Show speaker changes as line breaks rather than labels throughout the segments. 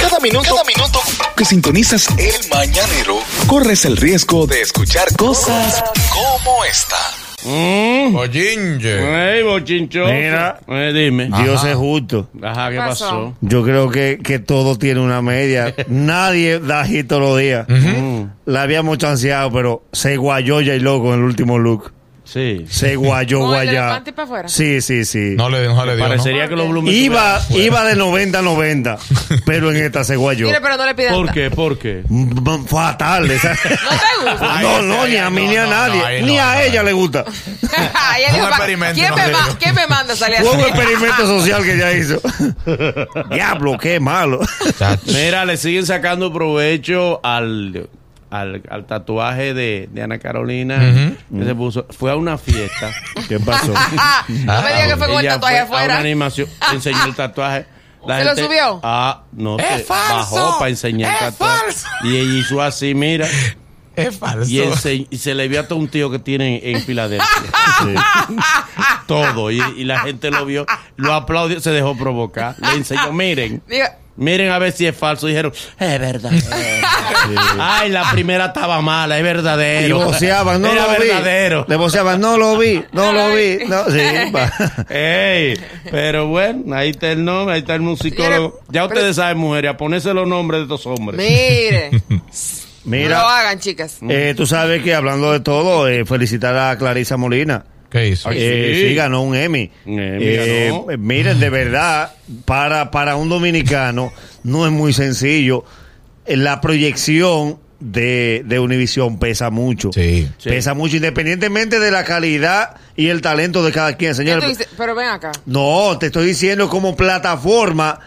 Cada minuto, cada minuto que sintonizas el mañanero, corres el riesgo de escuchar cosas como esta.
Mm.
Bochinche.
Ey, bochincho.
Mira.
Eh, dime.
Dios es justo.
Ajá, ¿qué pasó?
Yo creo que, que todo tiene una media. Nadie da hit todos los días. Mm. La habíamos chanceado, pero se guayó ya y loco en el último look.
Sí.
Se guayó
Con el
guayá.
elefante para afuera.
Sí, sí, sí.
No le, no le dio, ¿no?
Parecería que los Blumen.
iba, iba de 90 a 90, pero en esta se guayó.
Mire, pero no le pidan
¿Por
nada.
qué? ¿Por qué?
Mm, Fatal. esa-
¿No te gusta?
Ay,
No,
ese,
no, ni a
ay,
mí
no,
ni a
no, no,
nadie.
ahí
Ni
no, no,
a ella
no.
le gusta.
Ella dijo,
Un
"Pa-
experimento,
¿quién, me
no,
ma-
digo.
¿Quién me manda a salir
Fue un
así?
experimento social que ella hizo. Diablo, qué malo.
Chacho.
Mira, le siguen sacando provecho al, al, al tatuaje de, de Ana Carolina. que se puso. Fue a una fiesta.
¿Qué pasó?
no me digas que fue con el
Ella
tatuaje
fue A una
afuera.
animación. Enseñó el tatuaje. La
¿Se lo subió?
Ah, no.
¡Es
se-
falso!
Bajó para enseñar el
¡Es
tatuaje.
falso!
Y ella hizo así, mira.
Es falso.
Y, él se, y se le vio hasta un tío que tiene en Filadelfia. Todo. Y, y la gente lo vio, lo aplaudió, se dejó provocar. Le enseñó, miren,
Digo,
miren a ver si es falso. Dijeron, es verdad. Ay, la primera estaba mala, es
Y
verdadero.
voceaban, no
Era
lo
verdadero.
vi. Le voceaban, no lo vi, no lo vi. No, sí, va.
Ey, pero bueno, ahí está el nombre, ahí está el musicólogo.
Mire,
Ya ustedes
pero-
saben, mujeres, a ponerse los nombres de estos hombres.
mire, no lo
Mira,
hagan, chicas.
Mm.
eh, tú sabes que hablando de todo, eh, felicitar a Clarisa Molina.
¿Qué hizo?
Ay,
Eh,
sí.
sí, ganó un Emmy.
Un Emmy
Eh,
ganó.
eh, Miren, de verdad, para, para un dominicano no es muy sencillo. Eh, La proyección de, de Univisión pesa mucho.
Sí.
Sí.
Pesa mucho, independientemente de la calidad y el talento de cada quien,
¿Qué
señores.
tú dices? Pero ven acá.
No, te estoy diciendo como plataforma,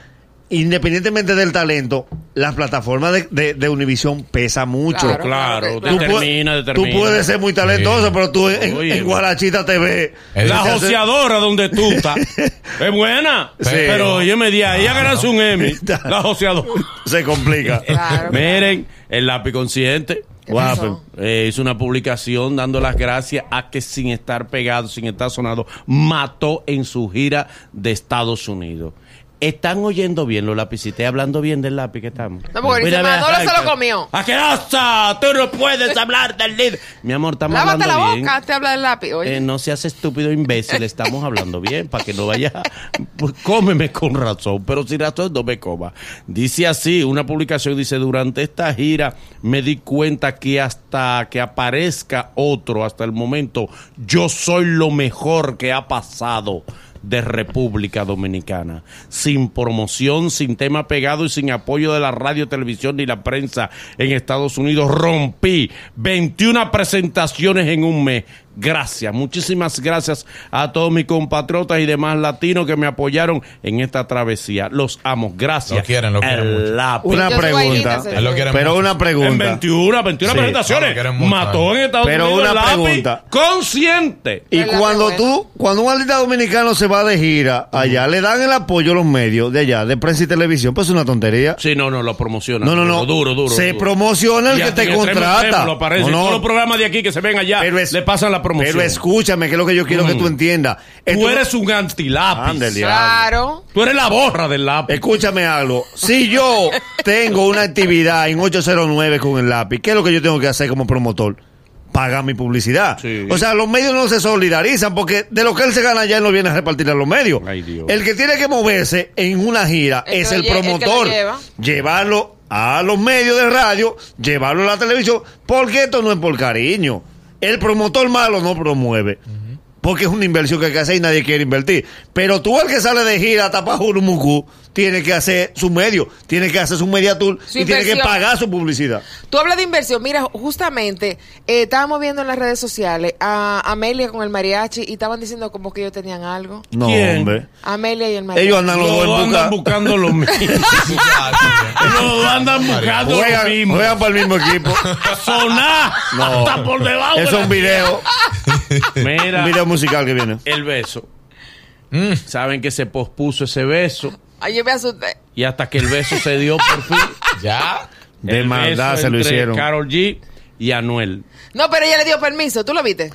independientemente del talento, las plataformas de, de, de Univisión pesa mucho.
Claro,
Claro,
claro,
Tú,
claro.
determina,
puedes-
determina.
tú puedes ser muy talentoso,
Sí.
pero tú en, en-
Oye.
en Guarachita TV.
La
Entonces-
joseadora donde tú estás. Es buena.
Sí. Ah.
Pero oye, me di ahí a ganarse un Emmy. La joseadora.
Se complica.
Claro.
Miren, el lápiz consciente.
¿Qué pasó?
eh, hizo una publicación dando las gracias a que sin estar pegado, sin estar sonado, mató en su gira de Estados Unidos. ¿Están oyendo bien los lápices? ¿Estoy hablando bien del lápiz que estamos?
No, porque dice,
Mira,
Manolo
mira,
se lo
ay,
comió.
¡Asquerosa! ¡Tú no puedes hablar del líder! Mi amor, estamos
Lávate la
hablando
boca,
bien.
te habla del lápiz. Oye,
Eh, no seas estúpido imbécil, estamos hablando bien, para que no vayas, pues, cómeme con razón, pero sin razón no me coma. Dice así, una publicación dice, durante esta gira me di cuenta que hasta que aparezca otro, hasta el momento, yo soy lo mejor que ha pasado de República Dominicana, sin promoción, sin tema pegado y sin apoyo de la radio, televisión ni la prensa en Estados Unidos. Rompí 21 presentaciones en un mes. Gracias, muchísimas gracias a todos mis compatriotas y demás latinos que me apoyaron en esta travesía. Los amo, gracias.
Lo quieren, lo quieren
El
mucho.
lápiz.
Una
Yo soy
pregunta.
bailarina, señor. Él
lo quiere
Pero
mucho.
una
En
pregunta.
21, 21
Sí.
Lo
presentaciones.
quieren mucho,
Mató en Estados
Pero
Unidos.
una
el lápiz.
pregunta.
Consciente.
Y
Es la
cuando
pregunta.
tú, cuando un artista dominicano se va de gira allá, le dan el apoyo a los medios de allá, de prensa y televisión, pues es una tontería.
Sí, no, no, lo promociona.
No, no, no.
Duro, duro.
Se
duro.
promociona el
Y
que
hasta
te
en el Tremendo
contrata.
Templo aparece.
No, no.
Todos los programas de aquí que se ven allá
Pero es-
le pasan la promoción. Mm.
Pero escúchame, que es lo que yo quiero que tú entiendas.
Tú
Esto-
eres un antilápiz.
Ande, diablo.
claro.
Tú eres la borra del lápiz.
Escúchame algo. Si yo tengo una actividad en 809 con el lápiz, ¿qué es lo que yo tengo que hacer como promotor? Pagar mi publicidad.
Sí.
O sea, los medios no se solidarizan porque de lo que él se gana ya él no viene a repartir a los medios.
Ay, Dios.
El que tiene que moverse en una gira
El que
es
lo
el
lle- el que este lo
promotor.
lleva.
Llevarlo a los medios de radio, llevarlo a la televisión, porque esto no es por cariño. El promotor malo no promueve. Porque es una inversión que hay que hacer y nadie quiere invertir. Pero tú, el que sale de gira a tapar Jurumucú, tiene que hacer su medio, tiene que hacer su media tour
Su
y tiene que
inversión.
pagar su publicidad.
Tú hablas de inversión. Mira, justamente eh, estábamos viendo en las redes sociales a Amelia con el mariachi y estaban diciendo como que ellos tenían algo.
No,
¿Quién?
hombre.
Amelia y el mariachi.
Ellos andan los
Los
dos
dos
en
andan
busca.
buscando lo mismo. Los dos andan buscando Ah, lo
Juegan,
mismo.
juegan para el mismo equipo.
Sonar
No.
hasta por debajo.
Eso es un
de
video,
la- Mira,
un video Mm. musical que viene.
el beso. Saben que se pospuso ese beso.
Ay, yo me asusté.
Y hasta que el beso se dio por fin.
Ya.
De
El
maldad
beso
se lo
entre
hicieron.
Karol G y Anuel.
No, pero ella le dio permiso. ¿Tú lo viste?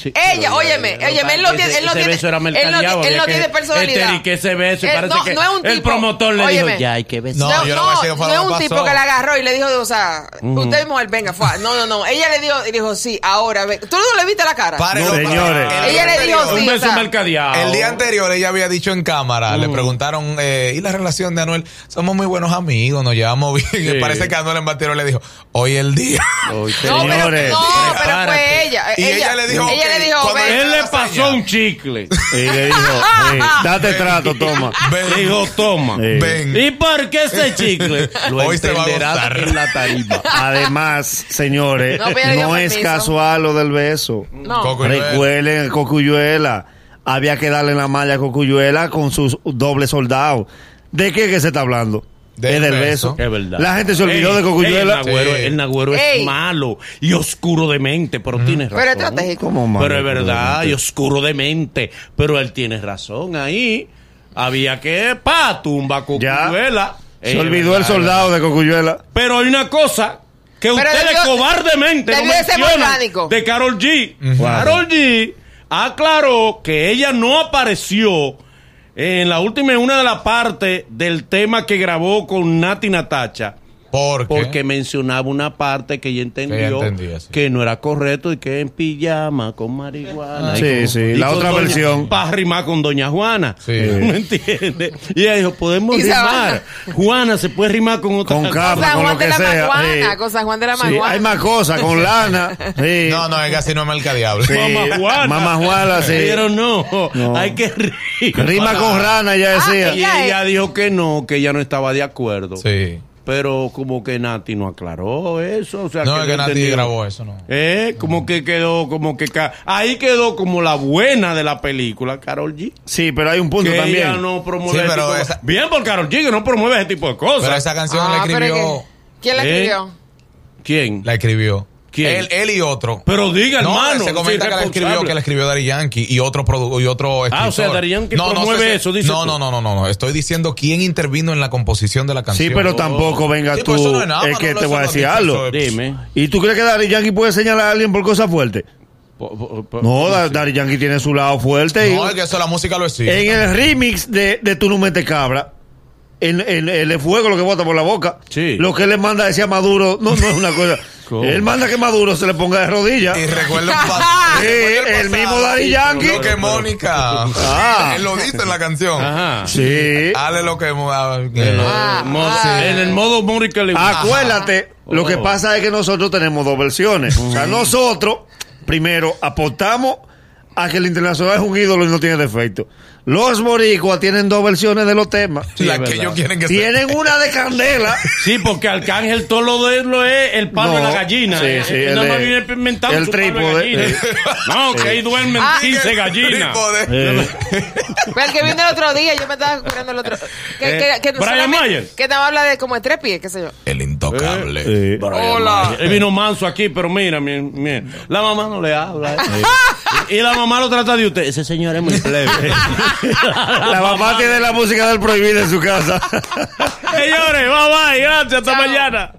Sí.
Ella, óyeme, óyeme, él no tiene, él no
Ese
tiene,
beso era
él no ti-
mercadeado,
él no
había que
tiene personalidad.
esterique ese beso y
Él
parece
no-
que
no es un
el
tipo-
promotor le
óyeme.
dijo, ya hay que besar.
No,
No,
no,
yo le voy a decir que fue lo
no es
que
un
pasó.
tipo que la agarró y le dijo, o sea, usted es mujer, venga, fue. No, no, no. Ella le dijo, dijo, sí, ahora, ve. ¿Tú no le viste la cara?
No,
pero-
señores.
el
Ella
día
le dijo
anterior-
sí.
Un beso
o sea,
mercadeado.
El día anterior ella había dicho en cámara, le preguntaron, eh, ¿y la relación de Anuel? Somos muy buenos amigos, nos llevamos bien.
Sí.
Y parece que Anuel en Batero le dijo, hoy el día.
Ay,
no, pero,
Señores,
no, pero
prepárate.
fue eh, ella.
Y ella le dijo
ella
que
le dijo,
cuando
"Ven".
él
Él le
la
pasó
seña.
un chicle.
Y le dijo, sí, date trato, toma.
Ven,
Dijo, toma.
Sí.
ven.
¿Y por qué ese chicle? Lo
Hoy se va a
entenderás
gozar.
en la tarima.
Además, señores,
No, pero le dio
no es
permiso.
casual lo del beso.
No.
Coco,
Recuerden el Cocuyuela. Había que darle la malla a Cocuyuela con sus dobles soldados. ¿De qué que se está hablando?
Del
Es del
beso.
beso.
Es verdad.
La gente se olvidó
Ey,
de Cocuyuela.
ey, el Nagüero,
Sí.
el Nagüero
Ey.
es malo y oscuro de mente, pero tienes razón.
Pero es estratégico.
¿Cómo malo?
Pero es verdad, y oscuro de mente. Pero él tiene razón. Ahí había que, pa, tumba Cocuyuela.
Se
Ey,
olvidó el
verdad,
soldado de Cocuyuela.
Pero hay una cosa que
Pero
ustedes
debió-
cobardemente no
debió de ser
mencionan
volcánico.
de Carol G.
Wow.
Carol G aclaró que ella no apareció en la última, en una de las partes del tema que grabó con Nati Natacha.
¿Por qué?
Porque mencionaba una parte que ella entendió
Que ella entendió, sí.
que no era correcto y que en pijama con marihuana. y
Ah. Sí,
con-
sí,
y
la
con
otra
doña-
versión.
Para rimar con Doña Juana.
Sí.
¿Me entiendes? Y ella dijo, podemos
Y
rimar.
Sabana.
Juana se puede rimar con otra
Con
canción.
capa,
San
con
Juan
lo
de
que
la
sea.
Maguana,
sí.
con San Juan de la
Sí,
Maguana.
hay más cosas, con lana. Sí.
No, no, es que así no es mercadeable.
Sí.
Mamá Juana.
Mamá Juana, sí.
Pero no,
No.
hay que rimar.
Rima con rana, ya
Ah,
Y
decía.
Ya
ella dijo que no, que ella no estaba de acuerdo.
Sí.
Pero como que Nati no aclaró eso. O sea,
No, es que nadie
entendió.
grabó eso, no.
Eh, como que quedó, como que ca- ahí quedó como la buena de la película, Carol G.
Sí, pero hay un punto
Que ella
también.
no promueve
Sí,
ese
pero
tipo de-
esa-
Bien por Carol G, que no promueve ese tipo de cosas.
Pero esa canción la
Ah, pero es
escribió.
que- ¿Quién la
¿Eh?
escribió?
¿Quién?
La escribió.
¿Quién?
Él, él y otro.
Pero diga,
no,
hermano.
se comenta
sí,
que la escribió,
responsable. Ah,
que la escribió Daddy Yankee y otro produ- y otro escritor.
o sea, Daddy Yankee promueve
sé si-
eso, dices
no,
tú.
no, no, no, no, no. Estoy diciendo quién intervino en la composición de la canción.
Sí, pero tampoco vengas
Sí,
tú.
pues eso no es nada,
es que
Manolo,
te
eso
voy a
no es
decir
dicho,
algo.
eso
Dime.
¿Y tú crees que Daddy Yankee puede señalar a alguien por cosas fuertes?
Po- po- po-
No, Da- Daddy Yankee tiene su lado fuerte. y-
No, es que eso la música lo exige.
en el remix de, de Tú no metes cabra, el, el, el fuego lo que bota por la boca,
Sí.
lo que él le manda a decir a Maduro no, no es una cosa.
¿Cómo?
Él manda que Maduro se le ponga de rodillas.
Y Ah, recuerda un pas-
Sí,
recuerda
el
pasado.
mismo Daddy Yankee.
Lo que Mónica.
Ah.
Él lo dice en la canción.
Ajá. Eh,
Sí.
Hale lo que.
Ah,
Mo-
ah.
En el modo Mónica le
Ah, Acuérdate, lo que
Oh.
pasa es que nosotros tenemos dos versiones. O sea, nosotros, primero, apostamos a que el internacional es un ídolo y no tiene defecto. Los boricuas tienen dos versiones de los temas.
es
la que
verdad.
ellos quieren que sea.
Tienen una de candela.
Sí, porque Arcángel todo lo de él lo es el palo
No.
de la gallina.
Sí,
Eh,
sí,
él
el
nada más
de-
viene inventando
el
su palo de
trípode,
gallina.
eh.
No, que ahí duermen
Ah,
15 gallinas.
Trípode.
Eh,
Fue el que vino el otro día, yo me estaba curando el otro. Que,
Eh, Brian
solamente-
Mayer.
Que te habla de como de tres pies, qué sé yo.
El intocable.
eh.
Hola.
Él vino manso aquí, pero mira, mi- mi- la mamá no le habla. eh. Y y la mamá lo trata de usted. Ese señor es muy plebe.
La mamá tiene la música del prohibido en su casa.
Señores, bye bye, gracias, hasta
Chao.
mañana.